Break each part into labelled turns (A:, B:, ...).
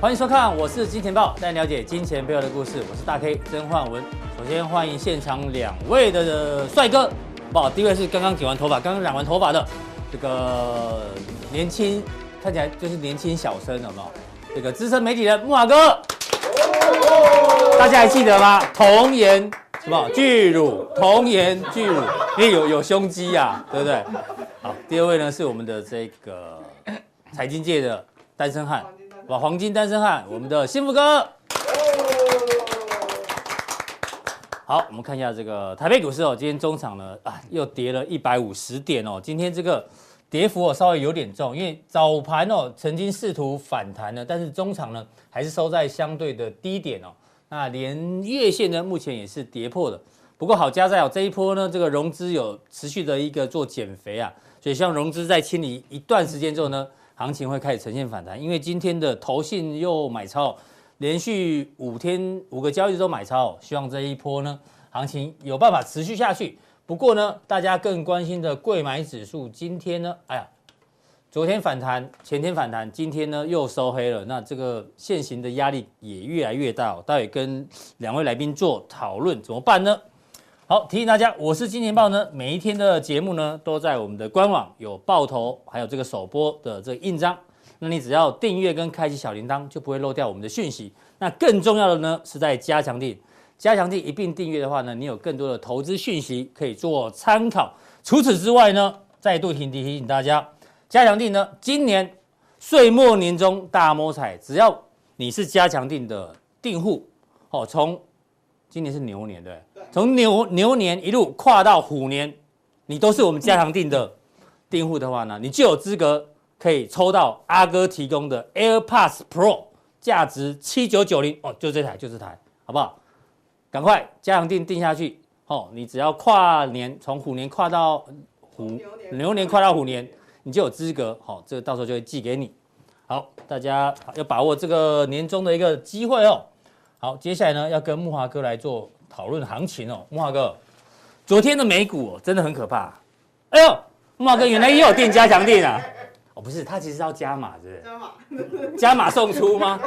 A: 欢迎收看，我是金钱豹，带你了解金钱背后的故事。我是大 K 曾焕文。首先欢迎现场两位的呃帅哥，哇，第一位是刚刚剪完头发、刚刚染完头发的这个年轻，看起来就是年轻小生，有没有？这个资深媒体人木马哥，大家还记得吗？童颜什么巨乳，童颜巨乳，因为有有胸肌呀、啊，对不对？好，第二位呢是我们的这个财经界的单身汉，哇，黄金单身汉，我们的幸福哥。好，我们看一下这个台北股市哦，今天中场呢啊又跌了一百五十点哦，今天这个跌幅哦稍微有点重，因为早盘哦曾经试图反弹呢，但是中场呢还是收在相对的低点哦，那连月线呢目前也是跌破的。不过好家在哦，这一波呢，这个融资有持续的一个做减肥啊，所以像融资在清理一段时间之后呢，行情会开始呈现反弹。因为今天的投信又买超，连续五天五个交易日都买超，希望这一波呢，行情有办法持续下去。不过呢，大家更关心的贵买指数，今天呢，哎呀，昨天反弹，前天反弹，今天呢又收黑了。那这个现行的压力也越来越大、哦，待会跟两位来宾做讨论，怎么办呢？好，提醒大家，我是金钱豹呢，每一天的节目呢都在我们的官网有爆头，还有这个首播的这个印章。那你只要订阅跟开启小铃铛，就不会漏掉我们的讯息。那更重要的呢是在加强地，加强地一并订阅的话呢，你有更多的投资讯息可以做参考。除此之外呢，再度提提醒大家，加强地呢今年岁末年终大摸彩，只要你是加强地的订户，哦，从今年是牛年，对不对，从牛牛年一路跨到虎年，你都是我们加强定的订户的话呢，你就有资格可以抽到阿哥提供的 AirPods Pro，价值七九九零哦，就这台就这台，好不好？赶快加强定定下去哦，你只要跨年从虎年跨到虎牛年跨到虎年，你就有资格，好、这个到时候就会寄给你。好，大家要把握这个年终的一个机会哦。好，接下来呢要跟木华哥来做讨论行情哦。木华哥，昨天的美股、哦、真的很可怕。哎呦，木华哥原来也有店加强店啊。 哦，不是，他其实要加码，是
B: 加码，
A: 不是？加码送出吗？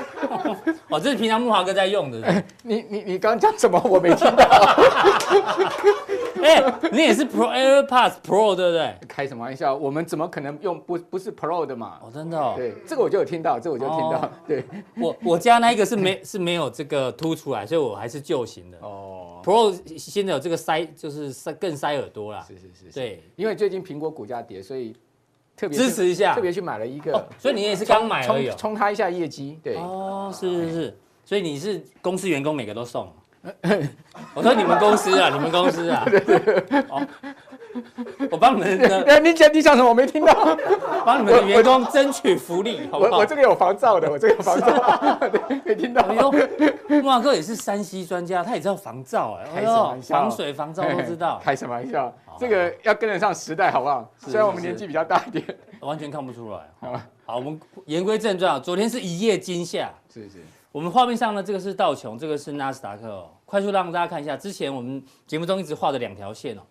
A: 哦，这是平常木华哥在用的。
C: 你你你刚讲什么？我没听到。
A: 哎、你也是 Pro AirPods Pro 对不对？
C: 开什么玩笑？我们怎么可能用不不是 Pro 的嘛？
A: 哦，真的哦。
C: 对，这个我就有听到，这个我就听
A: 哦
C: 到。 对，
A: 我我家那一个是没是没有这个凸出来，所以我还是旧型的。
C: 哦，
A: Pro 现在有这个塞，就是塞更塞耳朵啦。
C: 是是是，是。
A: 对，
C: 因为最近苹果股价跌，所以特别
A: 支持一下
C: 特别去买了一
A: 哦
C: 哎个，，
A: 所以你也是刚买而已
C: 冲
A: 哦。
C: 冲它一下业绩。对，
A: 哦，是是是，所以你是公司员工每个都 送。我说你们公司啊，你们公司啊，哦，我帮你们的
C: 哎，你讲你讲什么？我没听到。
A: 帮你们的员工争取福利，好不
C: 我
A: 好
C: 我？这个有防 噪的，我这个有防噪， 对，没听到
A: 哎。呦，木华哥也是山西专家，他也知道防噪哎，哎
C: 开什么
A: 呦，
C: 玩笑
A: 防水防噪都知道，
C: 哎开什么玩笑？这个要跟得上时代，好不好？
A: 是
C: 虽然我
A: 是
C: 们
A: 是
C: 年纪比较大一点，
A: 完全看不出来。
C: 好吧？
A: 好，我们言归正传啊，昨天是一夜惊吓，
C: 是是，
A: 我们画面上呢，这个是道琼，这个是纳斯达克哦。快速让大家看一下，之前我们节目中一直画的两条线哦。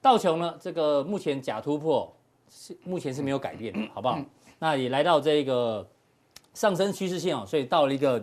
A: 道琼呢，这个目前假突破是目前是没有改变的，好不
C: 嗯
A: 好？那也来到这个上升趋势线哦，所以到了一个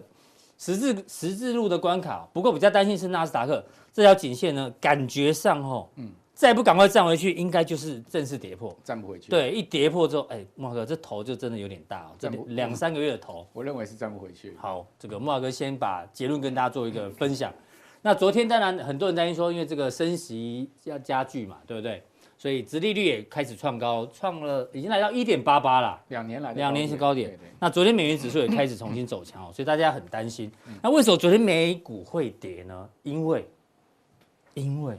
A: 十字十字路的关卡哦、不过比较担心是纳斯达克这条颈线呢，感觉上哦，嗯，再不赶快站回去，应该就是正式跌破。
C: 站不回去。，
A: 对，一跌破之后，哎，莫哥这头就真的有点大哦，这
C: 站不
A: 两三个月的头。
C: 我认为是站不回去。
A: 好，这个莫哥先把结论跟大家做一个分享。那昨天当然很多人担心说，因为这个升息要加剧嘛，对不对？所以殖利率也开始创高，创了已经来到一点八八啦。
C: 两年来的
A: 两年是高点
C: 对 对。
A: 那昨天美元指数也开始重新走强哦，所以大家很担心。那为什么昨天美股会跌呢？因为，因为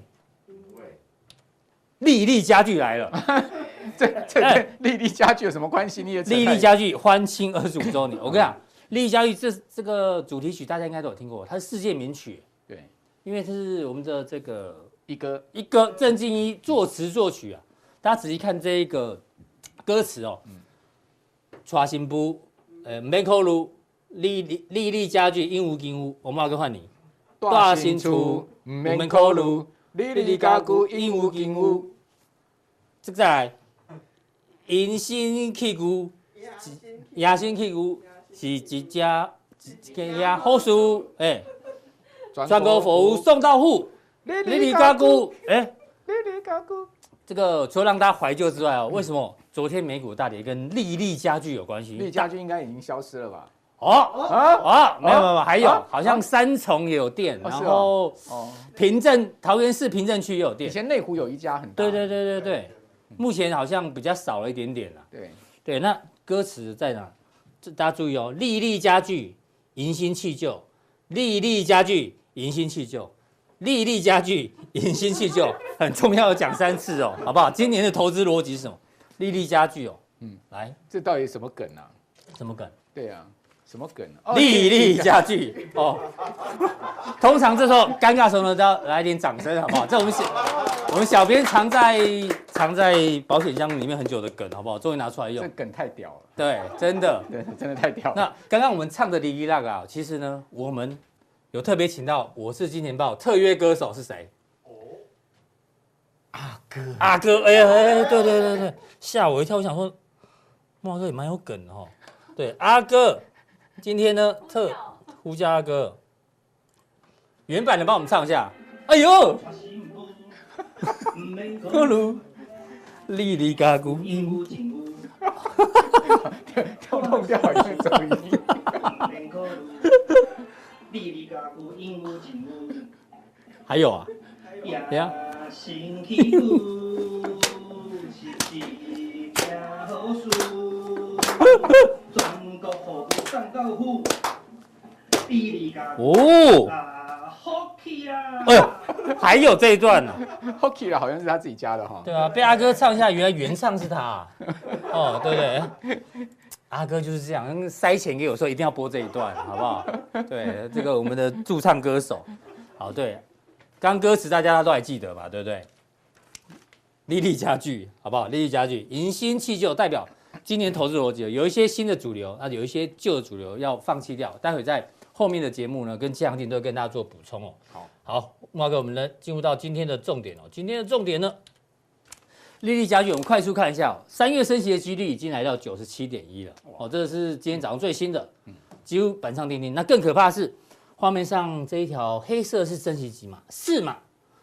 A: 利率加剧来了，
C: 这这
A: 哎
C: 跟利率加剧有什么关系？你也扯
A: 利
C: 太
A: 率
C: 远
A: 加剧欢庆二十五周年。我跟你讲，利率加剧这这个主题曲大家应该都有听过，它是世界名曲。
C: 对
A: 因为这是我们的这个
C: 一哥
A: 一哥郑敬一作词作曲啊，大家仔细看这一个歌词哦，刷新不，呃，梅口如粒粒粒粒家具鹦鹉金屋，我们要跟换你，大新出
C: 门
A: 门
C: 门
A: 口
C: 口
A: 路
C: 路，利率加股鹦鹉鹦鹉，
A: 这个再来，银心气骨，
B: 银行新
A: 野心气骨是一只给压后叔，哎，
C: 转
A: 穿过服务送到户，
C: 哩
A: 哩哩嘎，咕，哎，
C: 哩哩嘎咕，
A: 这个除了让大家怀旧之外哦，
C: 嗯
A: 为什么昨天美股大跌跟丽丽家具有关
C: 丽
A: 系？
C: 家军应该已经消失了吧？
A: 哦
C: 啊，
A: 哦，没有没有没有，还有
C: 啊
A: 好像三重也有店，
C: 哦
A: 然
C: 是哦
A: 后
C: 哦，
A: 平镇桃园市平镇区也有
C: 以
A: 店，
C: 前内湖有一家很大，
A: 对对对对对，目前好像比较少了一点啊点啦。
C: 对，
A: 对，那歌词在哪？这大家注意哦，粒粒家具迎新弃旧，粒粒家具迎新弃旧，粒粒家具迎新弃旧， 很重要，讲三次哦，好不好？今年的投资逻辑是什么？粒粒家具哦，嗯
C: 嗯，
A: 来，
C: 这到底什么梗啊？
A: 什么梗？
C: 对啊，什么梗啊？哦
A: 粒粒家具哦。通常这时候尴尬的时候呢，都要来一点掌声，好不好？这我们小我们小编藏在藏在保险箱里面很久的梗，好不好？终于拿出来用
C: 这，梗太屌了，
A: 对，真的。
C: 对，真的太屌了。
A: 那刚刚我们唱的《哩哩啦啦》，其实呢，我们有特别请到《我是金钱豹》特约歌手是谁？哦，阿哥，阿哥，哎呀，哎呀，对对对对，吓我一跳，我想说，茂哥也蛮有梗的哦。对，阿哥，今天呢特呼叫阿哥，原版的帮我们唱一下。哎呦， 咕噜，哩哩嘎咕，
C: 跳弄掉好像走音。
A: 还有啊，
B: 呀，全国服务上到府，第二家
A: 哦，
B: 啊，好气啊！
A: 哎呦， 还有这一段啊呢、
C: Hockey 了，好像是他自己加的哈。
A: 对啊，被阿哥唱一下，原来原唱是他、啊哦，对不对？阿哥就是这样，塞钱给我说一定要播这一段，好不好？对，这个我们的驻唱歌手，好，对，刚歌词大家都还记得吧？对不对？丽丽家具，好不好？丽丽家具，迎新弃旧，代表今年投资逻辑了有一些新的主流，那有一些旧的主流要放弃掉。待会在后面的节目呢，跟气象镜都会跟大家做补充哦。
C: 好，
A: 好，木华哥，我们来进入到今天的重点哦。今天的重点呢，丽丽家具，我们快速看一下、哦，三月升息的几率已经来到九十七点一了。哦，这是今天早上最新的，几乎板上钉钉。那更可怕的是，画面上这一条黑色是升息几码？四码，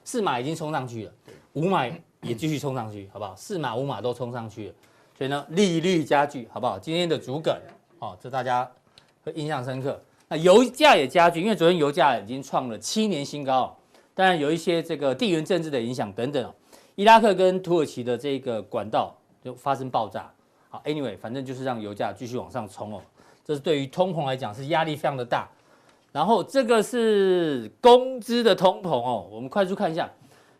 A: 四码已经冲上去了，五码也继续冲上去，好不好？四码、五码都冲上去了，所以呢，利率加剧，好不好？今天的主梗，哦，这大家会印象深刻。那油价也加剧，因为昨天油价已经创了七年新高、哦，当然有一些这个地缘政治的影响等等哦。伊拉克跟土耳其的这个管道就发生爆炸。好，anyway，反正就是让油价继续往上冲哦。这是对于通膨来讲是压力非常的大。然后这个是工资的通膨哦，我们快速看一下，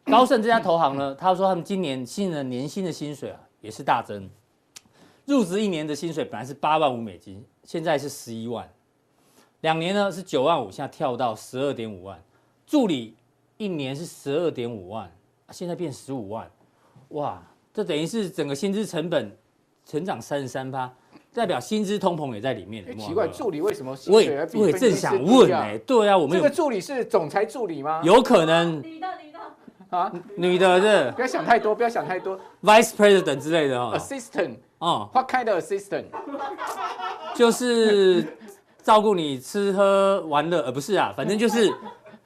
A: 高盛这家投行 呢，他说他们今年新人年薪的薪水啊也是大增，入职一年的薪水本来是八万五美金，现在是十一万，两年呢是九万五，现在跳到十二点五万，助理一年是十二点五万，啊现在变十五万，哇，这等于是整个薪资成本成长三十三趴，代表薪资通膨也在里面。
C: 哎
A: 有没有
C: 奇怪，助理为什么薪
A: 我
C: 水
A: 也
C: 比
A: 我也
C: 分
A: 正
C: 析师
A: 想
C: 不一
A: 问
C: 样
A: 哎、对啊，我们
C: 这个
A: 有
C: 助理是总裁助理吗？
A: 有可能
D: 你的你的，
C: 啊，
A: 女的是
C: 不要想太多，不要想太多。
A: vice president 之类的哦，
C: Assistant，
A: 哦，
C: what kind of assistant？
A: 就是照顾你吃喝玩乐，呃，不是啊，反正就是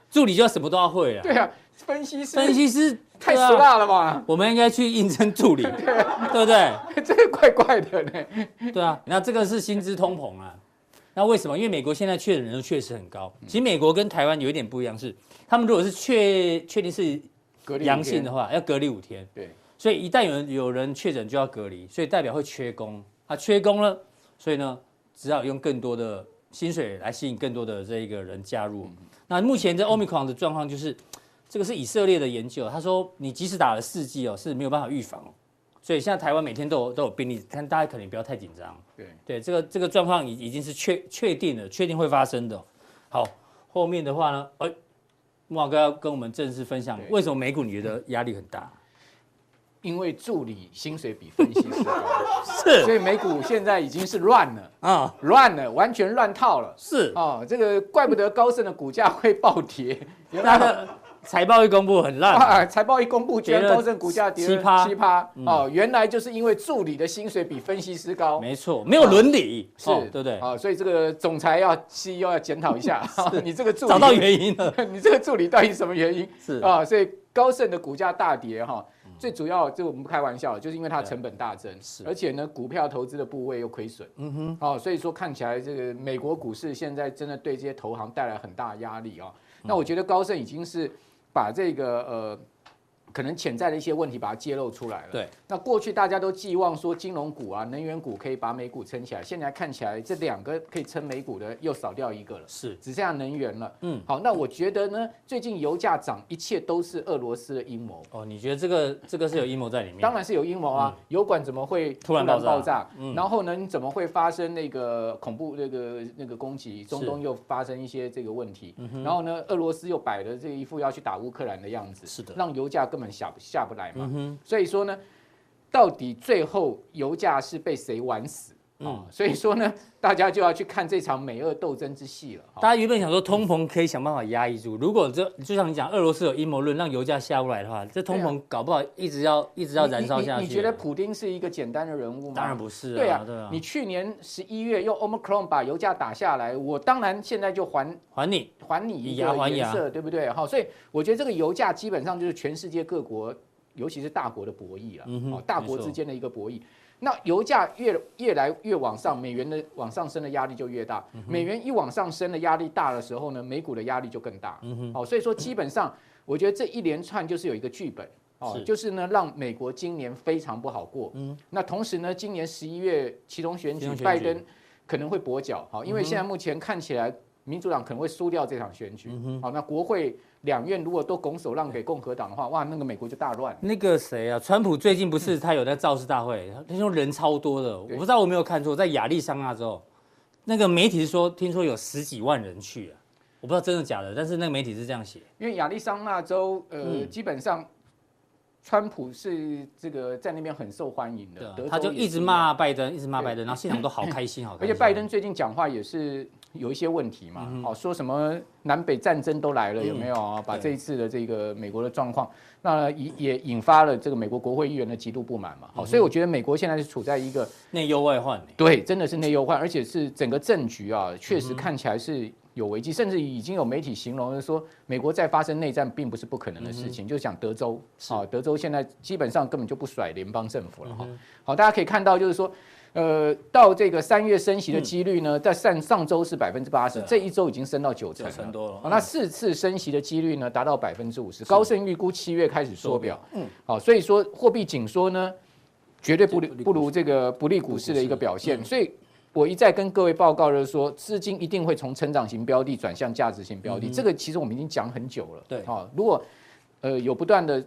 A: 助理就要什么都要会了。
C: 对啊，分析师，
A: 分析师
C: 太
A: 对啊
C: 俗辣了啊吧？
A: 我们应该去应征助理，对不对？
C: 这个怪怪的呢。
A: 对啊，那这个是薪资通膨啊。那为什么？因为美国现在确诊人数确实很高。
C: 嗯
A: 其实美国跟台湾有一点不一样是，他们如果是确确定是
C: 隔离五
A: 阳性
C: 天
A: 的，话，要隔离五天。
C: 对，
A: 所以一旦有人有人确诊就要隔离，所以代表会缺工啊，缺工了，所以呢，只好用更多的薪水来吸引更多的这一个人加入。那目前这 Omicron 的状况就是，这个是以色列的研究，他说你即使打了四剂哦，是没有办法预防哦。所以现在台湾每天都有都有病例，但大家可能不要太紧张。
C: 对
A: 对，这个这个状况已已经是确确定了，确定会发生的哦。好，后面的话呢，哎，木华哥要跟我们正式分享
C: 对
A: 为什么美股你觉得压力很大？
C: 因为助理薪水比分析师高，
A: 是
C: 所以美股现在已经是乱了，
A: 啊、
C: 乱了，完全乱套了。
A: 是
C: 哦，这个怪不得高盛的股价会暴跌，原
A: 它
C: 来
A: 的财报一公布很烂啊，
C: 啊，财报一公布，居
A: 跌
C: 然
A: 了
C: 高盛股价跌了
A: 7%
C: 七趴哦，原来就是因为助理的薪水比分析师高，
A: 没错，没有伦理，
C: 是
A: 哦，对不对？
C: 啊啊，所以这个总裁要 CEO 要检讨一下，啊你这个助理
A: 找到原因了，
C: 你这个助理到底什么原因？
A: 是嗯
C: 啊，所以高盛的股价大跌哈，最主要就我们不开玩笑，就是因为它成本大增，
A: 是
C: 而且呢，股票投资的部位又亏损，
A: 嗯哼，
C: 哦，所以说看起来这个美国股市现在真的对这些投行带来很大压力哦。
A: 嗯
C: 那我觉得高盛已经是把这个呃。可能潜在的一些问题，把它揭露出来了。
A: 对，
C: 那过去大家都寄望说金融股啊、能源股可以把美股撑起来，现在看起来这两个可以撑美股的又少掉一个了。
A: 是
C: 只剩下能源了。
A: 嗯
C: 嗯，好，那我觉得呢，最近油价涨，一切都是俄罗斯的阴谋。
A: 哦，你觉得这个这个是有阴谋在里面？嗯
C: 当然，是有阴谋啊！油管怎么会
A: 突然爆炸嗯
C: 然后呢，你怎么会发生那个恐怖那个那个攻击？中
A: 是嗯
C: 东又发生一些这个问题，然后呢，俄罗斯又摆了这一副要去打乌克兰的样子，
A: 是的
C: 让油价根本下不下不来嘛。
A: 嗯哼，
C: 所以说呢，到底最后油价是被谁玩死？啊、
A: 嗯
C: 所以说呢，大家就要去看这场美俄斗争之戏了。
A: 大家原本想说通膨可以想办法压抑住，如果这就像你讲，俄罗斯有阴谋论让油价下不来的话，这通膨搞不好一直要一直要燃烧下去
C: 啊你你你觉得普丁是一个简单的人物吗？
A: 当然不是啊，
C: 对啊，
A: 对啊，
C: 你去年十一月用 Omicron 把油价打下来，我当然现在就还
A: 还你
C: 还你一
A: 以牙
C: 个
A: 还
C: 颜
A: 牙
C: 色，对不对？哈，所以我觉得这个油价基本上就是全世界各国，尤其是大国的博弈啊，
A: 嗯哼
C: 哦，大国
A: 没错
C: 之间的一个博弈。那油价越越来越往上，美元的往上升的压力就越大。
A: 嗯
C: 美元一往上升的压力大的时候呢，美股的压力就更大。
A: 嗯
C: 哦，所以说基本上，我觉得这一连串就是有一个剧本。哦
A: 是，
C: 就是呢，让美国今年非常不好过。
A: 嗯
C: 嗯，那同时呢，今年十一月其中选
A: 其
C: 举
A: 中选，举嗯
C: 拜登可能会跛脚。好，因为现在目前看起来，民主党可能会输掉这场选举。
A: 嗯
C: 好，那国会两院如果都拱手让给共和党的话，哇，那个美国就大乱。
A: 那个谁啊，川普最近不
C: 嗯
A: 是他有在造势大会，他说人超多的，我不知道我有没有看错，在亚利桑那之后，那个媒体说听说有十几万人去啊，我不知道真的假的，但是那个媒体是这样写，
C: 因为亚利桑那州，呃，
A: 嗯
C: 基本上川普是这个在那边很受欢迎
A: 对
C: 的
A: 啊，
C: 德，州
A: 他就
C: 也
A: 一直
C: 是样。
A: 骂拜登，一直骂拜登，然后现场都好开心，好开嗯
C: 而
A: 心，啊
C: 且拜登最近讲话也是有一些问题嘛，哦，说什么南北战争都来了，
A: 嗯
C: 有没有啊？把这一次的这个美国的状况，那也也引发了这个美国国会议员的极度不满嘛。
A: 嗯
C: 好，所以我觉得美国现在是处在一个
A: 内忧外患、欸，
C: 对，真的是内忧患，而且是整个政局啊，确实看起来是有危机，甚至已经有媒体形容说，美国再发生内战并不是不可能的事情。就讲德州啊，德州现在基本上根本就不甩联邦政府了哈。好，大家可以看到，就是说，呃，到这个三月升息的几率呢，在上上周是百分之八十
A: 对啊，
C: 这一周已经升到九成
A: 九成
C: 了。嗯
A: 多了
C: 好，那四次升息的几率呢，达到百分之五十。高盛预估七月开始缩表，嗯，好，所以说货币紧缩呢，绝对不利不如这个不利股市的一个表
A: 嗯
C: 现。所以我一再跟各位报告就是说，资金一定会从成长型标的转向价值型标的，这个其实我们已经讲很久了。
A: 嗯对
C: 好，如果呃有不断的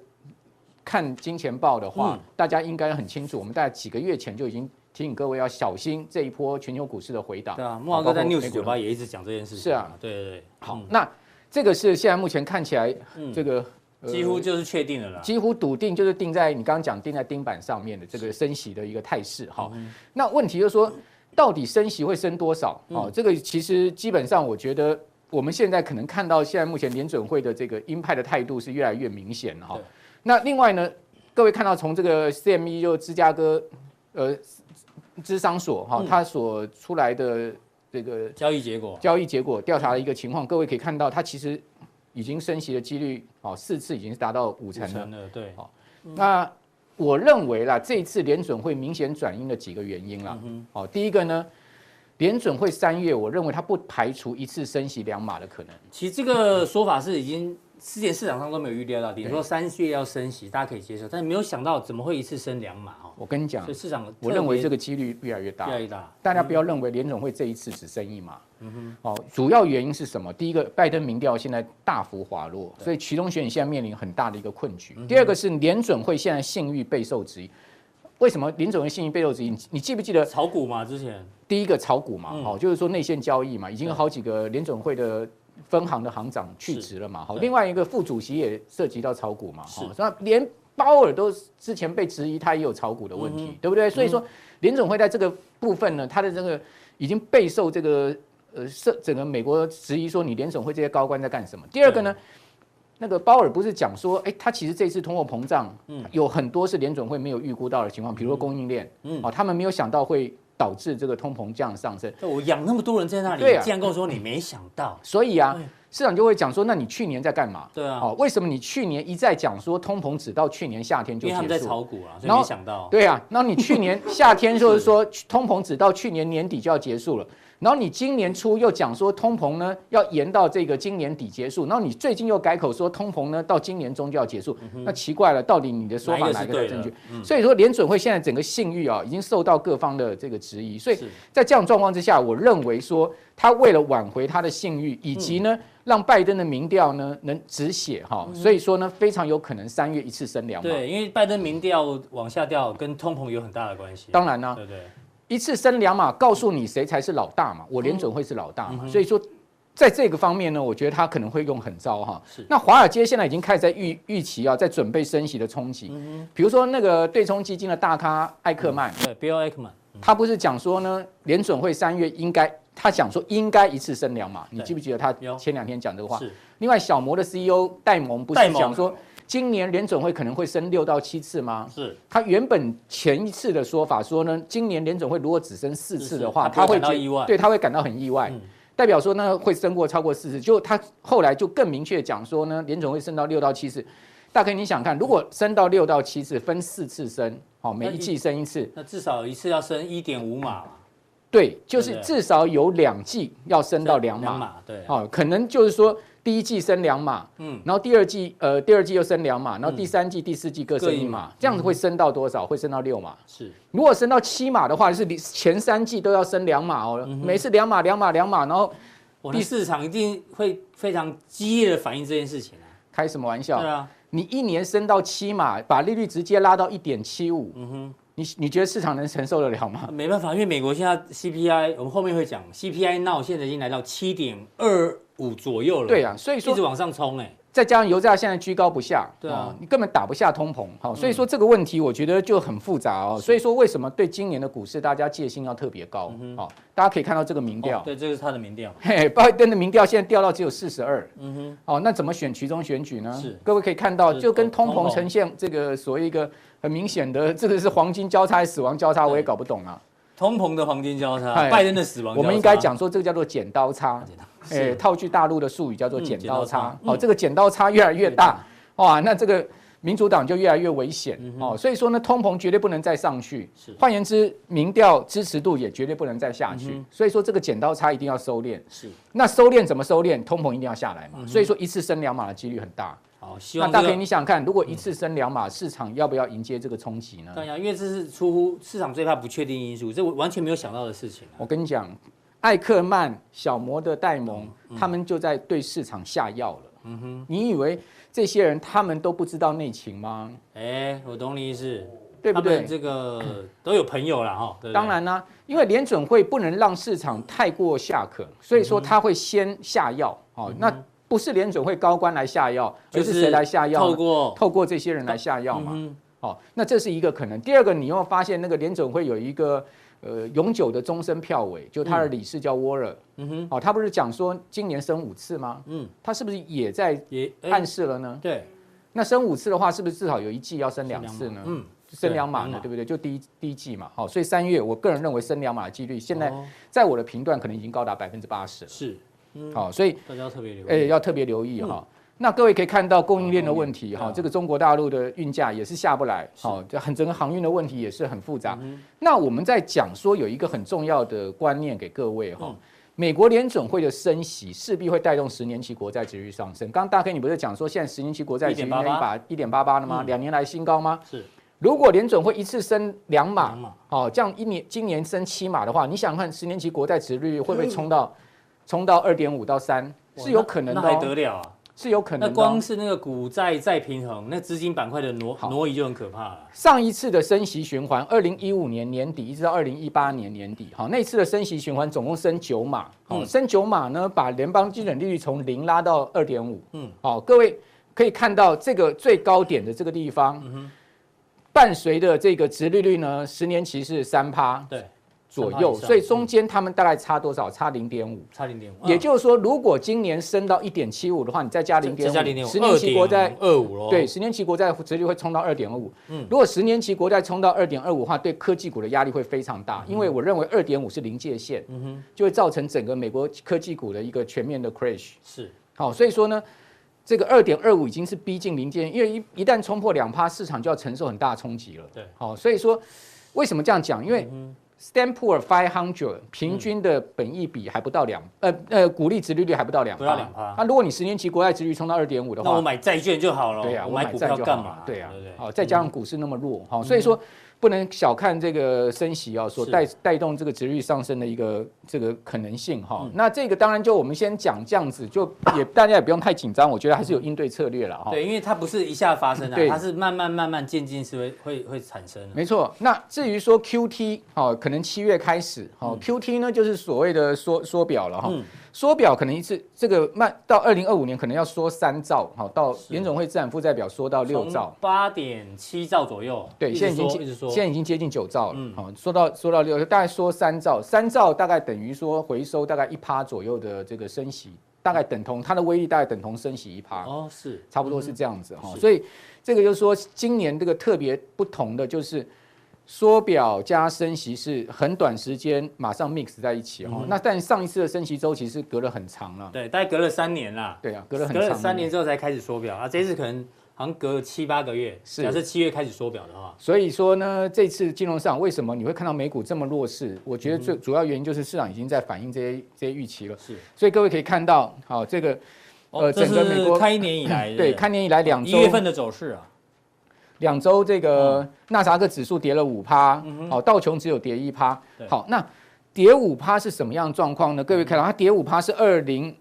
C: 看金钱豹的话
A: 嗯，
C: 大家应该很清楚，我们大概几个月前就已经提醒各位要小心这一波全球股市的回档。
A: 对啊，莫华哥在
C: 包括
A: News
C: 美股
A: 酒
C: 的
A: 吧也一直讲这件事情，
C: 是啊，
A: 对对对，
C: 好
A: 嗯，
C: 那这个是现在目前看起来这嗯个
A: 嗯
C: 呃
A: 几乎就是确定了啦，
C: 几乎笃定就是定在你刚刚讲定在钉板上面的这个升息的一个态势哈。
A: 嗯
C: 那问题就是说，到底升息会升多少？
A: 嗯
C: 哦，这个其实基本上我觉得我们现在可能看到现在目前联准会的这个鹰派的态度是越来越明显了哈
A: 对。
C: 那另外呢，各位看到从这个 CME 就芝加哥呃芝商所
A: 嗯
C: 哈，它所出来的这个
A: 交易结果
C: 交易结果调查的一个情况，各位可以看到它其实已经升息的几率哦四次已经是达到五成
A: 五
C: 了。
A: 成了，对，
C: 那我认为啦，这一次联准会明显转阴的几个原因啦。哦，第一个呢，联准会三月，我认为它不排除一次升息两码的可能。
A: 其实这个说法是已经之前市场上都没有预料到，顶多三月要升息，大家可以接受，但是没有想到怎么会一次升两码哦，
C: 我跟你讲
A: 所以，市场
C: 嗯我认为这
A: 个
C: 个几率越来越大
A: 越。来越大，
C: 大家不要认为联总会这一次只升一码，哦，主要原因是什么？第一个，拜登民调现在大幅滑落，所以其中选举现在面临很大的一个困局。第二个是联准会现在信誉备受质疑，为什么联准会信誉备受质疑？你你记不记得
A: 炒股嘛之前
C: 第一个炒股嘛，
A: 嗯
C: 哦，就是说内线交易嘛，已经有好几个联准会的分行的行长去职了嘛，好，
A: 对
C: 另外一个副主席也涉及到炒股嘛，
A: 是
C: 哦，那连鲍尔都之前被质疑他也有炒股的问
A: 嗯
C: 题，对不对？所以说联准会在这个部分呢，他的这个已经备受这个呃社整个美国质疑说你联准会这些高官在干什么？第二个呢，那个鲍尔不是讲说，哎，他其实这次通货膨胀，
A: 嗯
C: 有很多是联准会没有预估到的情况，比如说供应链，
A: 嗯
C: 哦，他们没有想到会导致这个通膨这样上升，
A: 我养那么多人在那里，
C: 对啊
A: 你竟然跟我说你没想到，
C: 所以啊
A: 哎，
C: 市场就会讲说，那你去年在干嘛？
A: 对啊
C: 哦，为什么你去年一再讲说通膨只到去年夏天
A: 因
C: 就
A: 为他们
C: 结
A: 在
C: 束？
A: 炒股啊，所以
C: 然后
A: 没想到。
C: 对啊，那你去 年夏天就是说通膨只到去年年底就要结束了，然后你今年初又讲说通膨呢要延到这个今年底结束，然后你最近又改口说通膨呢到今年中就要结束，那奇怪了，到底你的说法
A: 嗯哪
C: 哪
A: 一
C: 一
A: 个
C: 个
A: 是对
C: 才正
A: 的嗯
C: 确？所以说联准会现在整个信誉啊已经受到各方的这个质疑，所以在这样状况之下，我认为说他为了挽回他的信誉，以及
A: 嗯
C: 呢让拜登的民调呢能止血哈，所以说呢非常有可能三月一次升两码。
A: 对，因为拜登民调往下掉，跟通膨有很大的关系。
C: 当然啦、
A: 对对，
C: 一次升两码，告诉你谁才是老大
A: 哦
C: 嘛，我联准会是老
A: 嗯
C: 大嘛，所以说。在这个方面呢，我觉得他可能会用很糟哈
A: 是。
C: 那华尔街现在已经开始在预预期啊，在准备升息的冲击。
A: 嗯
C: 比如说那个对冲基金的大咖艾克曼，
A: 对，Bill Ackman，
C: 他不是讲说呢，联准会三月应该，他讲说应该一次升两码，你
A: 对
C: 记不记得他
A: 有
C: 前两天讲这个话？
A: 是
C: 另外，小摩的 CEO 戴蒙不
A: 戴
C: 是
A: 蒙
C: 讲说，今年联准会可能会升六到七次吗？
A: 是
C: 他原本前一次的说法说呢，今年联总会如果只升四次的话，
A: 是是他不会
C: 会
A: 感到
C: 觉
A: 意外
C: 对，他会感到很意外，
A: 嗯
C: 代表说呢会升过超过四次。就他后来就更明确讲说呢，联总会升到六到七次。大哥，你想看，如果升到六到七次，分四次升，好、每一季升一次，
A: 那至少一次要升一点五码嘛，
C: 对，就是
A: 对
C: 至少有两季要升到两码，
A: 码，对，
C: 哦，可能就是说第一季升两码，
A: 嗯
C: 嗯，然后第二季呃第二季又升两码，然后第三季、第四季各
A: 各
C: 升
A: 一
C: 一
A: 码
C: 码，这样子会升到多少？会升到六码。
A: 是
C: 如果升到七码的话，就是你前三季都要升两码哦，
A: 嗯
C: 每次两码两码两码，然后
A: 我
C: 第
A: 们市场一定会非常激烈的反应这件事情啊。
C: 开什么玩
A: 对
C: 笑？
A: 啊，
C: 你一年升到七码，把利率直接拉到一点七五，
A: 嗯
C: 你你觉得市场能承受得了吗？
A: 没办法，因为美国现在 CPI，我们后面会讲 CPI 闹，现在已经来到七点二五左右了。
C: 对啊，所以
A: 一
C: 说
A: 直往上冲哎，
C: 再加上油价现在居高不下，
A: 对啊嗯
C: 哦你根本打不下通膨，好、所以说这个问题我觉得就很复杂哦。所以说为什么对今年的股市大家戒心要特别高？好、大家可以看到这个民
A: 嗯
C: 调，
A: 哦对，这个是他的民调。
C: 嘿，拜登的民调现在掉到只有四十二，嗯哼，哦，那怎么选其中选举呢？
A: 是
C: 各位可以看到，
A: 是
C: 就跟
A: 通
C: 通膨
A: 膨
C: 呈现这个所谓一个很明显的，这个是黄金交叉、死亡交叉，我也搞不懂啊。
A: 通膨的黄金交叉，
C: 哎
A: 拜登的死亡交叉，啊
C: 我们应该讲说这个叫做剪刀差，
A: 是
C: 哎，套句大陆的术语叫做
A: 嗯
C: 剪
A: 剪刀
C: 刀
A: 差
C: 差，
A: 嗯
C: 哦，这个剪刀差越来越大，哇，那这个民主党就越来越危险哦，所以说呢，通膨绝对不能再上去
A: 嗯是，嗯
C: 换言之，民调支持度也绝对不能再下去，所以说这个剪刀差一定要收敛。
A: 是
C: 那收敛怎么收敛？通膨一定要下来嘛，所以说一次升两码的几率很大。
A: 好，嗯希
C: 那
A: 望嗯
C: 大
A: 这
C: 哥，
A: 个
C: 你想想看，如果一次升两码，市场要不要迎接这个冲击呢？
A: 当然，啊因为这是出乎市场最怕不确定因素，这我完全没有想到的事情、啊。
C: 我跟你讲，艾克曼、小摩的戴
A: 嗯
C: 蒙，他们就在对市场下药了。你以为这些人他们都不知道内情吗？
A: 哎、我懂你意思，
C: 对不
A: 他们
C: 对？
A: 这个都有朋友了哈，对不对
C: 当，然啦、因为联准会不能让市场太过下渴，所以
A: 嗯
C: 说他会先下药。哦，那不是联准会高官来下药，而是谁来下药呢？
A: 透过
C: 透过这些人来下药嘛。
A: 嗯
C: 哦，那这是一个可能。第二个，你又发现那个联总会有一个呃永久的终身票委，就他的理事叫 Warren，嗯哼，哦，他不是讲说今年升五次吗？
A: 嗯
C: 嗯，他是不是也在
A: 也、哎
C: 暗示了呢？
A: 对
C: 那升五次的话，是不是至少有一季要升两次呢？
A: 嗯，
C: 升两
A: 对
C: 码
A: 两
C: 呢
A: 码，
C: 对不对？就第一第一季嘛，好、所以三月我个人认为升两码的几率，现在
A: 哦
C: 在我的评断可能已经高达百分之八十了。
A: 是
C: 好、所以
A: 大家要特别留意。
C: 哎、要特别留意哈、那各位可以看到供应链的问题哈、
A: 嗯
C: 这个中国大陆的运价也是下不来，好、这很整个航运的问题也是很复杂。那我们在讲说有一个很重要的观念给各位哈、美国联准会的升息势必会带动十年期国债值率上升。刚刚大哥你不是讲说现在十年期国债值率
A: 1.88
C: 把一点八八了吗？两、年来新高吗？
A: 是
C: 如果联准会一次升两码
A: 两码，
C: 哦，这样一年今年升七码的话，你想想看十年期国债值率会不会冲到冲到二点五到三？
A: 嗯哇
C: 是有可能
A: 那
C: 的、
A: 那还
C: 哦，
A: 得了啊？
C: 是有可
A: 那
C: 能的哦、
A: 光是那个股债再平衡，那资金板块的挪
C: 好
A: 挪移就很可怕了。
C: 上一次的升息循环，二零一五年年底一直到二零一八年年底，好，那次的升息循环总共升九码，好、
A: 嗯
C: 升九码呢，把联邦基准利率从零拉到二点五，
A: 嗯
C: 嗯，好、各位可以看到这个最高点的这个地
A: 嗯
C: 方，伴随着这个殖利率呢，十年期是三趴，
A: 对，
C: 左右，所以中间他们大概差多少？差零点五。
A: 差零点五，啊
C: 也就是说，如果今年升到一点七五的话，你再加零点
A: 0.5，
C: 五，哦嗯十年期国债
A: 二五喽，
C: 对，十年期国债殖利率会冲到二点二五。如果十年期国债冲到二点二五的话，对科技股的压力会非常大，因为我认为二点五是临界线，就会造成整个美国科技股的一个全面的 crash。
A: 是
C: 好，所以说呢，这个二点二五已经是逼近临界线，因为一一旦冲破两趴，市场就要承受很大的冲击了。
A: 对嗯
C: 好，所以说为什么这样讲？因为 Standpoor Five Hundred 平均的本益比还不到两，呃呃，股利殖利率还不到两，
A: 不到2%
C: 那如果你十年期国债殖利率冲到二点五的
A: 那
C: 话
A: 我，买债券就好了，
C: 对呀，
A: 我
C: 我
A: 买
C: 买
A: 股
C: 债
A: 票
C: 就
A: 干
C: 好
A: 嘛
C: 了？对嗯呀
A: 呀，，
C: 好，再加上股市那么弱，好，所以说不能小看这个升息啊，所
A: 是
C: 带带动这个值率上升的一个这个可能性哈。那这个当然就我们先讲这样子，就也大家也不用太紧张，我觉得还是有应对策略了哈。
A: 对，因为它不是一下发生的，
C: 对
A: 它是慢慢慢慢渐进是会会会产生啊的。
C: 没错，那至于说 QT 哦，可能七月开始哦、q t 呢就是所谓的缩缩表了哈、
A: 嗯
C: 缩表可能一次这个慢到二零二五年可能要缩三兆，好、到
A: 是
C: 联总会资产负债表缩到六兆，
A: 八点七兆左右，
C: 对，
A: 一直
C: 现在已经
A: 说
C: 接
A: 一直说，
C: 现在已经接近九兆了
A: 嗯。
C: 好、说到说到六，大概说三兆，三兆大概等于说回收大概一趴左右的这个升息，大概等同它的威力大概等同升息一趴。
A: 哦是
C: 差不多是这样子哈、
A: 是
C: 所以这个就是说，今年这个特别不同的就是缩表加升息是很短时间马上 mix 在一起
A: 嗯
C: 哈、那但上一次的升息周期是隔了很长了，
A: 对，大概隔了三年啦，
C: 对啊，隔了很
A: 隔
C: 长
A: 了
C: 的
A: 三年。之后才开始缩表啊，这一次可能好像隔了七八个月，
C: 是
A: 假设七月开始缩表的话，
C: 所以说呢，这次金融市场为什么你会看到美股这么弱势？我
A: 嗯
C: 觉得最主要原因就是市场已经在反映这些这些预期了。
A: 是，
C: 所以各位可以看到，好、这个
A: 哦
C: 呃，
A: 这
C: 整个美
A: 是
C: 国
A: 开一年以来的，
C: 对开年以来两
A: 一
C: 周
A: 月份的嗯走势啊，
C: 两周这个纳斯达克指数跌了五趴，好，道琼只有跌一趴
A: 嗯对。
C: 好，那跌五趴是什么样的状况呢？各位看到它跌五趴是二零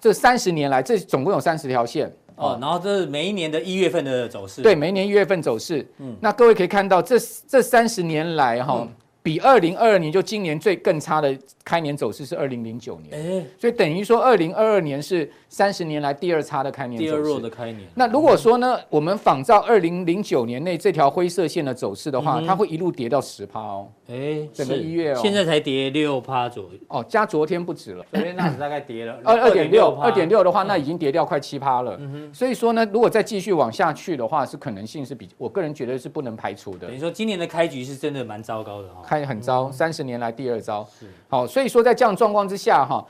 C: 这三十年来，这总共有三十条线
A: 哦，然后这是每一年的一月份的走势，
C: 啊对，，每年一月份走势。
A: 嗯
C: 那各位可以看到这这三十年来哈、比二零二二年就今年最更差的开年走势是二零零九年，
A: 哎，
C: 所以等于说二零二二年是三十年来第二差的开年走
A: 第
C: 势。
A: 二弱的开年，
C: 那如果说呢，我们仿照二零零九年内这条灰色线的走势的
A: 嗯
C: 话，它会一路跌到十趴哦。
A: 哎，
C: 整个
A: 是
C: 一月哦
A: 现在才跌六趴左右，
C: 哦，加昨天不止了，
A: 昨天纳指大概跌了
C: 二二点六，二点
A: 六，嗯
C: 六的话，那已经跌掉快七趴了。所以说呢，如果再继续往下去的话，是可能性是比我个人觉得是不能排除的
A: 等于。说今年的开局是真的蛮糟糕的哈、
C: 开很糟，三十年来第二糟。好，所以说在这样的状况之下哈，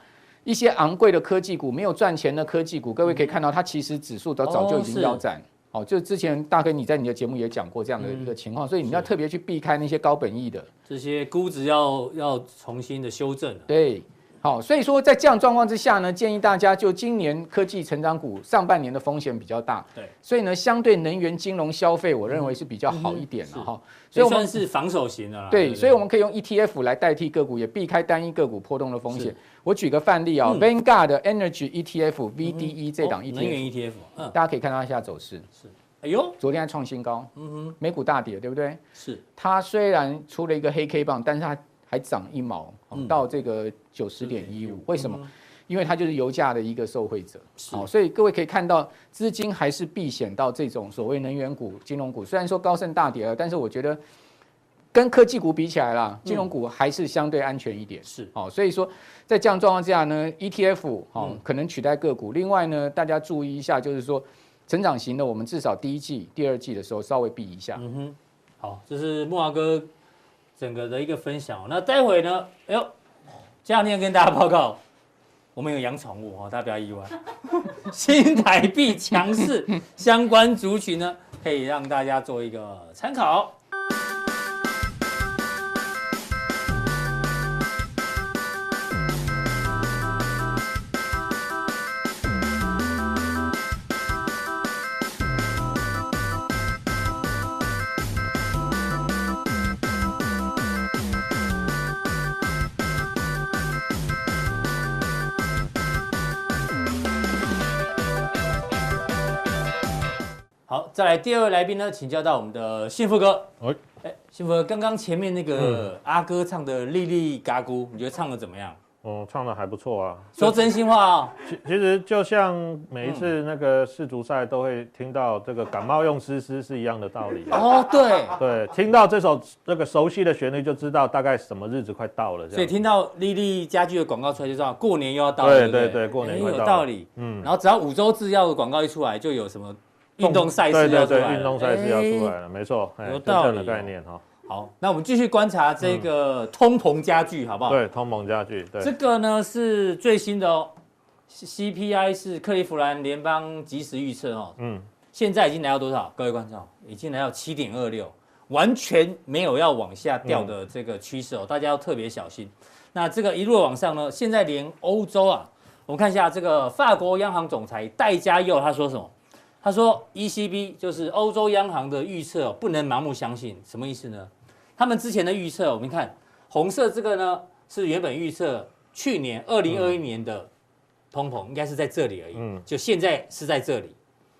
C: 一些昂贵的科技股没有赚钱的科技股，各位可以看到它其实指数都早就已
A: 哦是
C: 经腰斩。哦，就之前大哥你在你的节目也讲过这样的
A: 嗯
C: 一个情况，所以你要特别去避开那些高本益的。
A: 这些估值要要重新的修正了、
C: 对，好，所以说在这样状况之下呢，建议大家就今年科技成长股上半年的风险比较大，
A: 对，
C: 所以呢，相对能源、金融、消费，我认为是比较好一点
A: 嗯
C: 了哈。
A: 所以
C: 所以我
A: 算
C: 们
A: 是防守型的啦。
C: 啊对，
A: 不
C: 所以我们可以用 ETF 来代替个股，也避开单一个股波动的风险。我举个范例啊、v a n g u a r d Energy E ETF VDE E 这档
A: 哦能源
C: ETF，、
A: ETF，嗯，
C: 大家可以看到它现在走势，
A: 哎呦，
C: 昨天还创新高，嗯哼，美股大跌，对不对？
A: 是
C: 它虽然出了一个黑 K 棒，但是它还涨一毛，哦到这个九十点一五。嗯为什么？因为它就是油价的一个受惠者，
A: 是
C: 好，所以各位可以看到，资金还是避险到这种所谓能源股、金融股。虽然说高盛大跌了，但是我觉得跟科技股比起来啦，金融股还是相对安全一点。
A: 是，
C: 好，所以说在这样状况之下呢，ETF 哦可能取代个股。另外呢，大家注意一下，就是说成长型的，我们至少第一季、第二季的时候稍微避一下。
A: 嗯哼，好，这是木华哥整个的一个分享哦。那待会呢，哎呦，这两天跟大家报告，我们有养宠物哦，大家不要 意外。新台币强势相关族群呢，可以让大家做一个参考。好，再来第二位来宾呢，请教到我们的幸福哥。
D: 哎
A: 哎，幸福哥，刚刚前面那个阿哥唱的《莉莉嘎咕》，你觉得唱的怎么样？
D: 嗯，创的还不错啊。
A: 说真心话啊，
D: 其其实就像
A: 嗯
D: 每一次那个世足赛都会听到这个感冒用诗诗是一样的道理、啊。
A: 哦，对，
D: 对，听到这首这个熟悉的旋律就知道大概什么日子快到了。这样
A: 所以听到莉莉家居的广告出来就知道过年又要到了，
D: 对
A: 不
D: 对对，过年
A: 哎
D: 快
A: 有
D: 到了。
A: 道理。
D: 嗯，
A: 然后只要五洲制药的广告一出来，就有什么运动赛
D: 对
A: 事要
D: 对
A: 出来
D: 对，
A: 了，
D: 运动赛事要出来
A: 哎。
D: 了，没错，哎
A: 有
D: 真
A: 道
D: 正的
A: 理
D: 概
A: 哦
D: 念哈。
A: 好，那我们继续观察这个通膨家具，好不好？
D: 对，通膨家具，对
A: 这，个呢是最新的哦，C P I 是克利夫兰联邦即时预测哦，
D: 嗯，
A: 现在已经来到多少？各位观众，已经来到七点二六，完全没有要往下掉
D: 嗯
A: 的这个趋势哦，大家要特别小心。那这个一路往上呢，现在连欧洲啊，我们看一下这个法国央行总裁戴家佑他说什么？他说 ECB 就是欧洲央行的预测哦、不能盲目相信，什么意思呢？他们之前的预测，我们看红色这个呢是原本预测去年二零二一年的通膨应该是在这里而已，
D: 嗯
A: 就现在是在这里。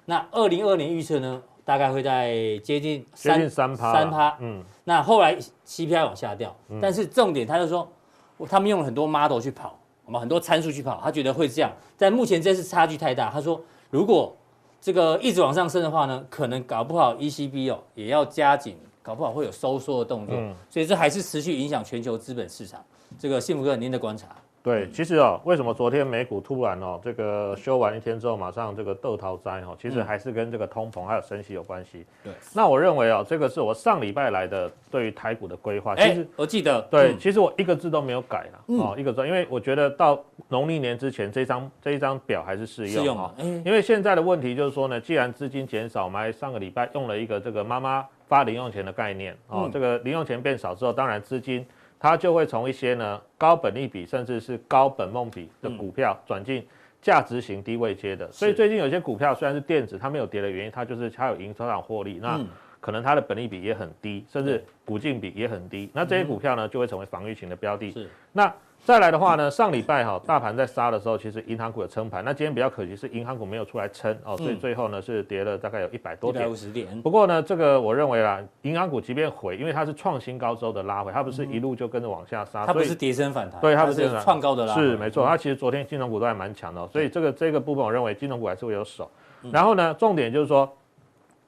A: 那二零二年预测呢，大概会在接近
D: 接
A: 三
D: 近三趴，
A: 三趴。
D: 嗯，
A: 那后来 CPI 往下掉，但是重点他就说，我他们用了很多 model 去跑，我们很多参数去跑，他觉得会这样，但目前这次差距太大。他说，如果这个一直往上升的话呢，可能搞不好 ECB 哦也要加紧，搞不好会有收缩的动作，
D: 嗯
A: 所以这还是持续影响全球资本市场。这个幸福哥，您的观察，
D: 对，
A: 嗯
D: 其实哦，为什么昨天美股突然哦，这个休完一天之后，马上这个豆桃灾哦，其
A: 嗯
D: 实还是跟这个通膨还有升息有关系。
C: 对，
D: 那我认为哦，这个是我上礼拜来的对于台股的规划，啊其
A: 哎、
D: 实。
A: 我记得
D: 对，
A: 嗯
D: 其实我一个字都没有改啦，
A: 嗯
D: 哦，一个字，因为我觉得到农历年之前，这张这一张表还是适
A: 是用
D: 用哦
A: 了，。哎，
D: 因为现在的问题就是说呢，既然资金减少，我们还上个礼拜用了一个这个妈妈发零用钱的概念哦，
A: 嗯
D: 这个零用钱变少之后，当然资金它就会从一些呢高本利比甚至是高本梦比的
A: 嗯
D: 股票转进。价值型低位接的，所以
A: 是
D: 最近有些股票虽然是电子，它没有跌的原因，它就是它有营收上获利，那
A: 嗯
D: 可能它的本利比也很低，甚至
A: 对嗯
D: 股净比也很低，那这些股票呢就会成为防御型的标的。
A: 是
D: 那再来的话呢，上礼拜哈、大盘在杀的时候，其实银行股有撑盘。那今天比较可惜是银行股没有出来撑哦，所以
A: 嗯
D: 最后呢是跌了大概有一百多
A: 一百
D: 点
A: 五。十点，
D: 不过呢，这个我认为啦，银行股即便回，因为它是创新高之后的拉回，它不是一路就跟着往下杀，
A: 嗯它不
D: 啊所以
A: 是跌升反弹，
D: 对它不是
A: 是
D: 跌升
A: 创高的啦，嗯
D: 是没错，它其实昨天金融股都还蛮强的哦、所以这个这个部分我认为金融股还是会有手。
A: 嗯
D: 然后呢，重点就是说，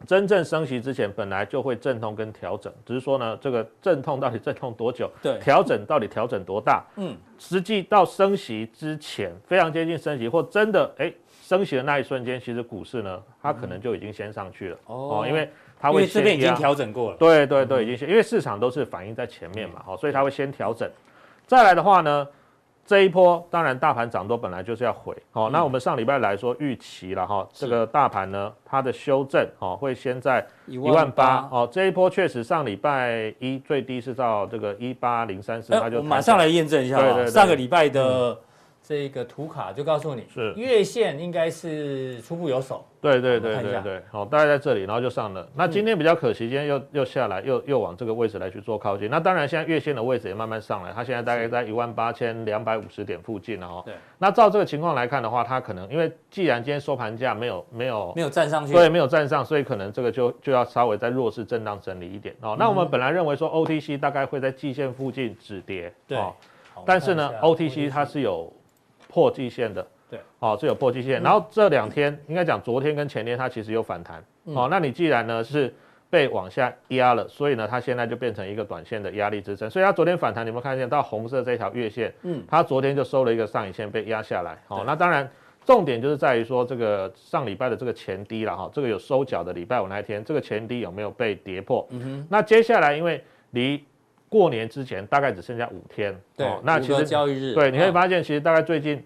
D: 真正升息之前本来就会阵痛跟调整，只是说呢，这个阵痛到底阵痛多久，
A: 对，
D: 调整到底调整多大，
A: 嗯，
D: 实际到升息之前非常接近升息，或真的哎升息的那一瞬间，其实股市呢它可能就已经先上去了、
A: 嗯哦
D: 哦，因为它
A: 因
D: 会
A: 为这
D: 先
A: 边已经
D: 压
A: 调整过了，
D: 对对对，已经先，因为市场都是反映在前面嘛，
A: 嗯
D: 哦好、所以它会先调整。再来的话呢，这一波当然大盘涨多本来就是要回，好、
A: 嗯
D: 那我们上礼拜来说预期了哈、这个大盘呢它的修正哦会先在
A: 一
D: 一万八，哦，这一波确实上礼拜一最低是到这个一八零三四，
A: 哎
D: 它就
A: 我马
D: 弹
A: 上
D: 起
A: 来验证一下
D: 对
A: 啊
D: 对，对
A: 上个礼拜的这个图卡就告诉你，
D: 是
A: 月线应该是初步有手，
D: 对对
A: 我
D: 对
A: 看一下嗯
D: 对对，好，大概在这里，然后就上了。那今天比较可惜，今天又又下来，又又往这个位置来去做靠近。那当然，现在月线的位置也慢慢上来，它现在大概在一万八千两百五十点附近了哈。
A: 对。
D: 那照这个情况来看的话，它可能因为既然今天收盘价没有没有
A: 没有站上去，
D: 对，没有站上，所以可能这个就就要稍微在弱势震荡整理一点哦。那我
A: 嗯
D: 们本来认为说 OTC 大概会在季线附近止跌，
A: 对
D: 哦
A: 好，
D: 但是呢
A: 我看一下
D: ，OTC 它是有破季线的，
A: 对，
D: 哦是有破季线。然后这两天应该讲昨天跟前天它其实有反弹，哦，那你既然呢是被往下压了，所以呢它现在就变成一个短线的压力支撑，所以它昨天反弹，你们看见到红色这条月线，
A: 嗯
D: 嗯，它昨天就收了一个上影线被压下来，哦
A: 对，
D: 那当然。重点就是在于说这个上礼拜的这个前低了哈，这个有收脚的礼拜五那一天，这个前低有没有被跌破？嗯哼。那接下来因为离过年之前大概只剩下五天，
A: 对
D: 哦，那
A: 五
D: 其
A: 个
D: 实
A: 交易日，
D: 对，你可以
A: 啊
D: 发现其实大概最近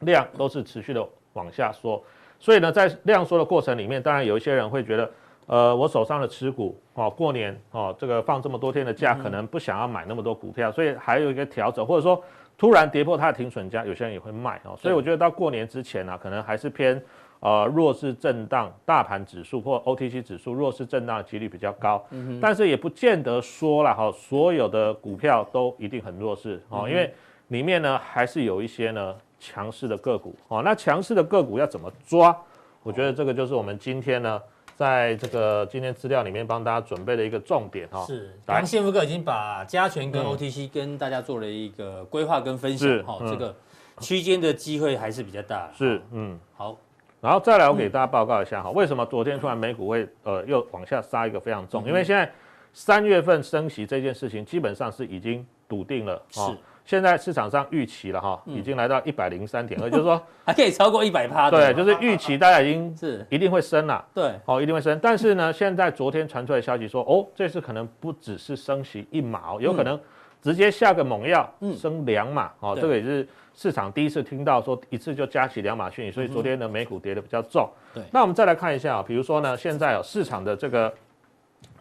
D: 量都是持续的往下缩，所以呢，在量缩的过程里面，当然有一些人会觉得，呃，我手上的持股哦，过年哦，这个放这么多天的假，可能不想要买那么多股票，所以还有一个调整，或者说突然跌破它的停损价，有些人也会卖哦，所以我觉得到过年之前呢、可能还是偏。呃，弱势震荡，大盘指数或 OTC 指数弱势震荡的几率比较高，但是也不见得说了哈，所有的股票都一定很弱势哦，因为里面呢还是有一些呢强势的个股哦。那强势的个股要怎么抓？我觉得这个就是我们今天呢在这个今天资料里面帮大家准备了一个重点哈、哦。
A: 是，
D: 来
A: 刚幸福哥已经把加权跟
D: 嗯
A: OTC 跟大家做了一个规划跟分
D: 是
A: 享，哈，
D: 嗯
A: 这个区间的机会还是比较大。
D: 是，嗯，
A: 好，
D: 然后再来我
A: 嗯
D: 给大家报告一下哈，为什么昨天突然美股会呃又往下杀一个非常
A: 嗯
D: 重？因为现在三月份升息这件事情基本上是已经笃定了哦
A: 是。嗯
D: 现在市场上预期了哈，已经来到一百零 三点二，就是说，
A: 还可以超过一百趴的
D: 对，
A: 嘛，
D: 就是预期大家已 经
A: 是，
D: 一定会升了。
A: 对，
D: 哦，一定会升。但是呢，现在昨天传出来消息说，哦，这次可能不只是升息一码哦，有可能直接下个猛药，
A: 嗯
D: 升两码哦。
A: 对
D: 这个也是市场第一次听到说一次就加起两码讯息，所以昨天呢，美股跌的比较重。
A: 嗯对
D: 那我们再来看一下啊、比如说呢，现在哦，市场的这个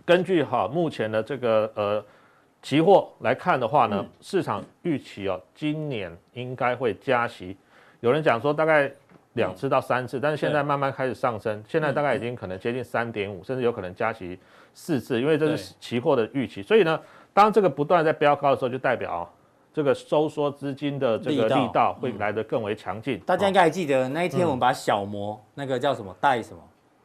D: 根据哈、目前的这个呃。期货来看的话呢，
A: 嗯
D: 市场预期哦，今年应该会加息。有人讲说大概两次到三
A: 嗯
D: 次，但是现在慢慢开始上升，现在大概已经可能接近三点五，甚至有可能加息四次，因为这是期货的预期。所以呢，当这个不断在飙高的时候，就代表、哦、这个收缩资金的这个
A: 力道
D: 力道会来得更为强劲。哦
A: 大家应
D: 该
A: 该还记得那一
D: 嗯
A: 天我们把小魔那个叫什么戴什么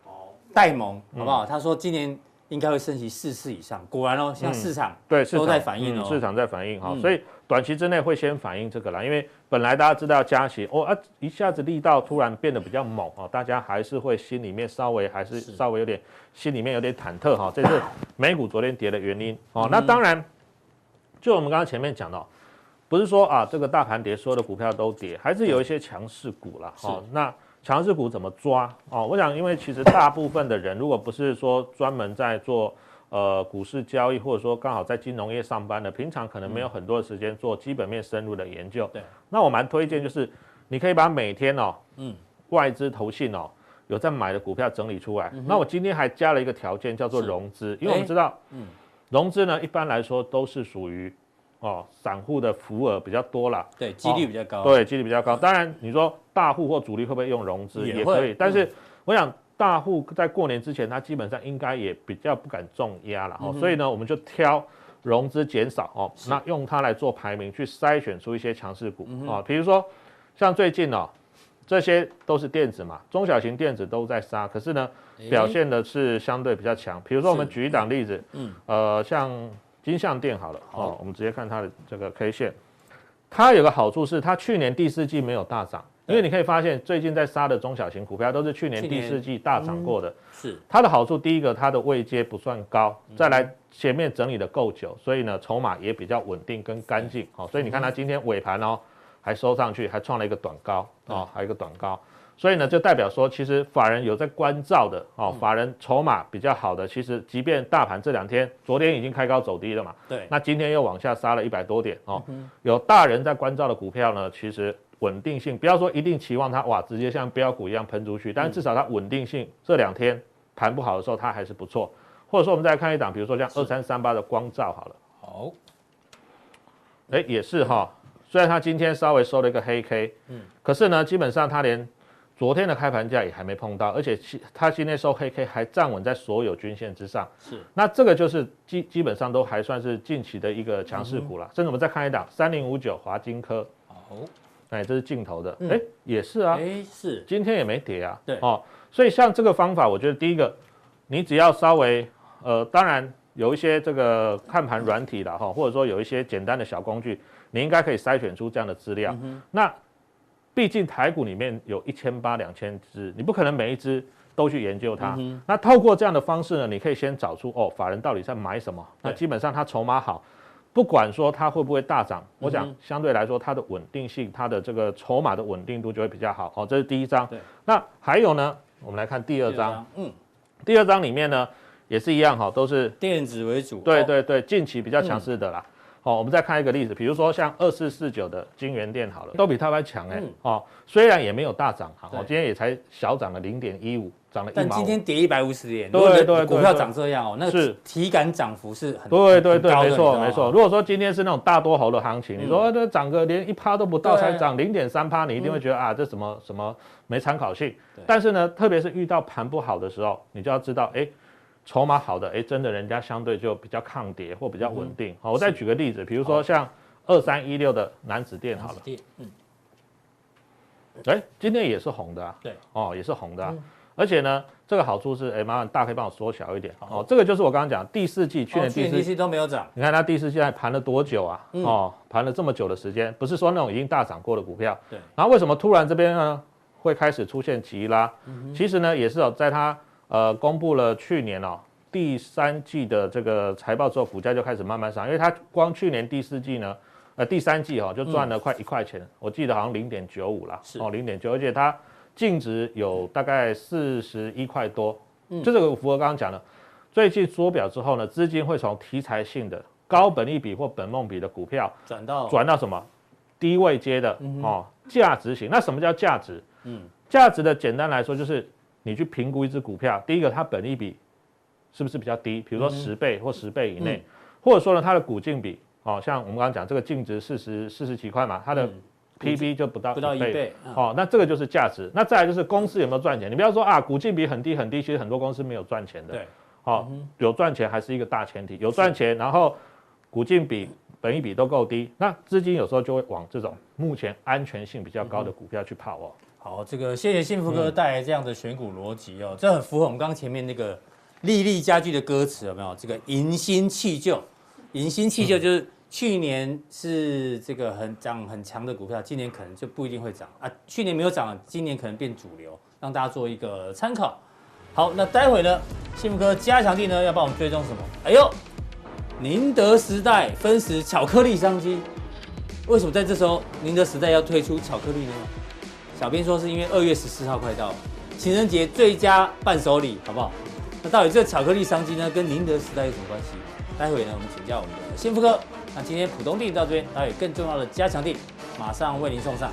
D: 哦
A: 戴蒙
D: 嗯
A: 好不好？他说今年应该会升息四次以上，果然哦，像市场
D: 嗯对市场
A: 都在反应哦
D: 嗯市场在反应哈、
A: 嗯
D: 所以短期之内会先反映这个啦，因为本来大家知道加息哦啊，一下子力道突然变得比较猛哦，大家还是会心里面稍微还是
A: 是
D: 稍微有点心里面有点忐忑哈、这 是美股昨天跌的原因哦。
A: 嗯
D: 那当然，就我们刚刚前面讲到，不是说啊这个大盘跌，所有的股票都跌，还是有一些强势股啦。哦，那强势股怎么抓？哦，我想因为其实大部分的人如果不是说专门在做。呃，股市交易或者说刚好在金融业上班的，平常可能没有很多的时间做基本面深入的研究。
A: 对，
D: 那我蛮推荐就是你可以把每天哦，
A: 嗯
D: 嗯，外资投信哦有在买的股票整理出来。那我今天还加了一个条件叫做
A: 是
D: 融资，因为我
A: 哎
D: 们知道，
A: 嗯
D: 嗯，融资呢一般来说都是属于哦散户的浮额比较多啦，
A: 对几率比较高，
D: 哦对，几率比较高。当然，你说大户或主力会不会用融资
A: 也
D: 也
A: 会
D: 可以，但是
A: 嗯
D: 我想大户在过年之前，他基本上应该也比较不敢重压
A: 嗯
D: 了哦，所以呢，我们就挑融资减少哦，那用它来做排名，去筛选出一些强势股
A: 嗯
D: 哦，比如说像最近哦。这些都是电子嘛，中小型电子都在杀，可是呢，
A: 哎
D: 表现的是相对比较强。比如说，我们
A: 是
D: 举一档例子，
A: 嗯
D: 嗯，呃，像金像店好了，
A: 好
D: 哦，我们直接看它的这个 K 线，它有个好处是，它去年第四季没有大涨，因为你可以发现最近在杀的中小型股票都是去年
A: 去
D: 第
A: 年
D: 四季大涨过的。
A: 是
D: 它的好处，第一个，它的位阶不算高，再来前面整理的够久，所以呢，筹码也比较稳定跟干净。好、所以你看它今天尾盘哦，还收上去，还创了一个短高哦，还有一个短高。所以呢，就代表说，其实法人有在关照的哦，法人筹码比较好的，其实即便大盘这两天，昨天已经开高走低了嘛，
A: 对，嗯
D: 那今天又往下杀了一百多点哦。有大人在关照的股票呢，其实稳定性，不要说一定期望它哇直接像标股一样喷出去，
A: 嗯
D: 但是至少它稳定性这两天盘不好的时候它还是不错。或者说我们再看一档，比如说像二三三八的光照好了，
A: 好，
D: 哎也是哈，虽然它今天稍微收了一个黑 K，嗯，可是呢基本上它连昨天的开盘价也还没碰到，而且其它今天收黑 K 还站稳在所有均线之上。
A: 是
D: 那这个就是基基本上都还算是近期的一个强势股了。甚至我们再看一档三零五九华金科，
A: 嗯好，
D: 哎，这是镜头的，哎、
A: 嗯
D: 也是啊，
A: 哎是
D: 今天也没跌啊。
A: 对
D: 哦，所以像这个方法，我觉得第一个，你只要稍微呃，当然有一些这个看盘软体啦，哈，或者说有一些简单的小工具，你应该可以筛选出这样的
A: 嗯
D: 资料。那毕竟台股里面有一千八两千只，你不可能每一只都去研究
A: 嗯
D: 它。那透过这样的方式呢，你可以先找出哦，法人到底在买什么？那
A: 对
D: 基本上它筹码好。不管说它会不会大涨，我
A: 嗯
D: 讲相对来说它的稳定性、它的这个筹码的稳定度就会比较好。哦，这是第一章
A: 对。
D: 那还有呢，我们来看第二章。，
A: 嗯，
D: 第二章里面呢，也是一样哈，都是
A: 电子为主，哦，
D: 对
A: 嗯
D: 对对，近期比较强势的啦。好、我们再看一个例子，比如说像二四四九的金源店好了，都比台湾强哎、
A: 嗯
D: 哦，虽然也没有大涨哈，
A: 对
D: 哦，今天也才小涨了零点一五，涨了一毛五。
A: 但今天跌一百五十点，如
D: 对
A: 果你的
D: 对对
A: 股票
D: 对
A: 涨这样哦，那个
D: 是
A: 体感涨幅是很
D: 对对
A: 很
D: 对，
A: 高的
D: 没
A: 你知道
D: 错
A: 吗
D: 没错。如果说今天是那种大多头的行情，
A: 嗯
D: 你说啊这涨个连一趴都不到，
A: 对啊嗯
D: 才涨零点三趴，你一定会觉得啊，这什么什么没参考性
A: 对。
D: 但是呢，特别是遇到盘不好的时候，你就要知道，哎，筹码好的，哎，真的人家相对就比较抗跌或比较稳
A: 嗯
D: 定。好，我再举个例子，比如说像二三一六的南子店好了，
A: 电嗯
D: 哎，今天也是红的啊，
A: 对，嗯
D: 哦，也是红的啊。而且呢，这个好处是，哎，麻烦大家可以帮我缩小一点哦。这个就是我刚刚讲第四季，去
A: 哦去
D: 年第
A: 年
D: 四
A: 第
D: 季，
A: 四都没有涨，
D: 你看它第四季还盘了多久啊？
A: 嗯
D: 哦，盘了这么久的时间，不是说那种已经大涨过的股票。
A: 对。
D: 然后为什么突然这边呢会开始出现急拉？
A: 嗯
D: 其实呢也是哦，在它呃公布了去年哦第三季的这个财报之后，股价就开始慢慢上，因为它光去年第四季呢，呃第三季哈、哦、就赚了快一块钱，我记得好像零点九五啦
A: 嗯是，
D: 哦零点九，而且它净值有大概四十一块多，
A: 嗯
D: 就这个符合刚刚讲的。最近缩表之后呢，资金会从题材性的高本益比或本梦比的股票
A: 转到
D: 转到什么低位接的、哦，价值型。那什么叫价值？
A: 嗯
D: 嗯，价值的简单来说就是你去评估一只股票，第一个它本益比是不是比较低，比如说
A: 嗯
D: 十倍或十倍以内，或者说呢它的股净比哦，像我们刚刚讲这个净值四十四十几块嘛，它的
A: 嗯
D: PB 就不到
A: 不到一倍，嗯
D: 哦，那这个就是价值。那再来就是公司有没有赚钱？你不要说啊，股净比很低很低，其实很多公司没有赚钱的。
A: 对，
D: 好、有赚钱还是一个大前提，有赚钱，然后股净比、本益比都够低，那资金有时候就会往这种目前安全性比较高的股票去跑哦。
A: 好，这个谢谢幸福哥带来这样的选股逻辑哦，这很符合我们刚刚前面那个丽丽家居的歌词有没有？这个迎新弃旧，迎新弃旧就是去年是这个很涨很强的股票，今年可能就不一定会涨啊。去年没有涨，今年可能变主流，让大家做一个参考。好，那待会呢，幸福哥加强地呢要帮我们追踪什么？哎呦，宁德时代分时巧克力商机，为什么在这时候宁德时代要推出巧克力呢？小编说是因为二月十四号快到了，情人节最佳伴手礼，好不好？那到底这巧克力商机呢，跟宁德时代有什么关系？待会呢，我们请教我们的幸福哥。那今天浦东地到这边，待会更重要的加强地，马上为您送上。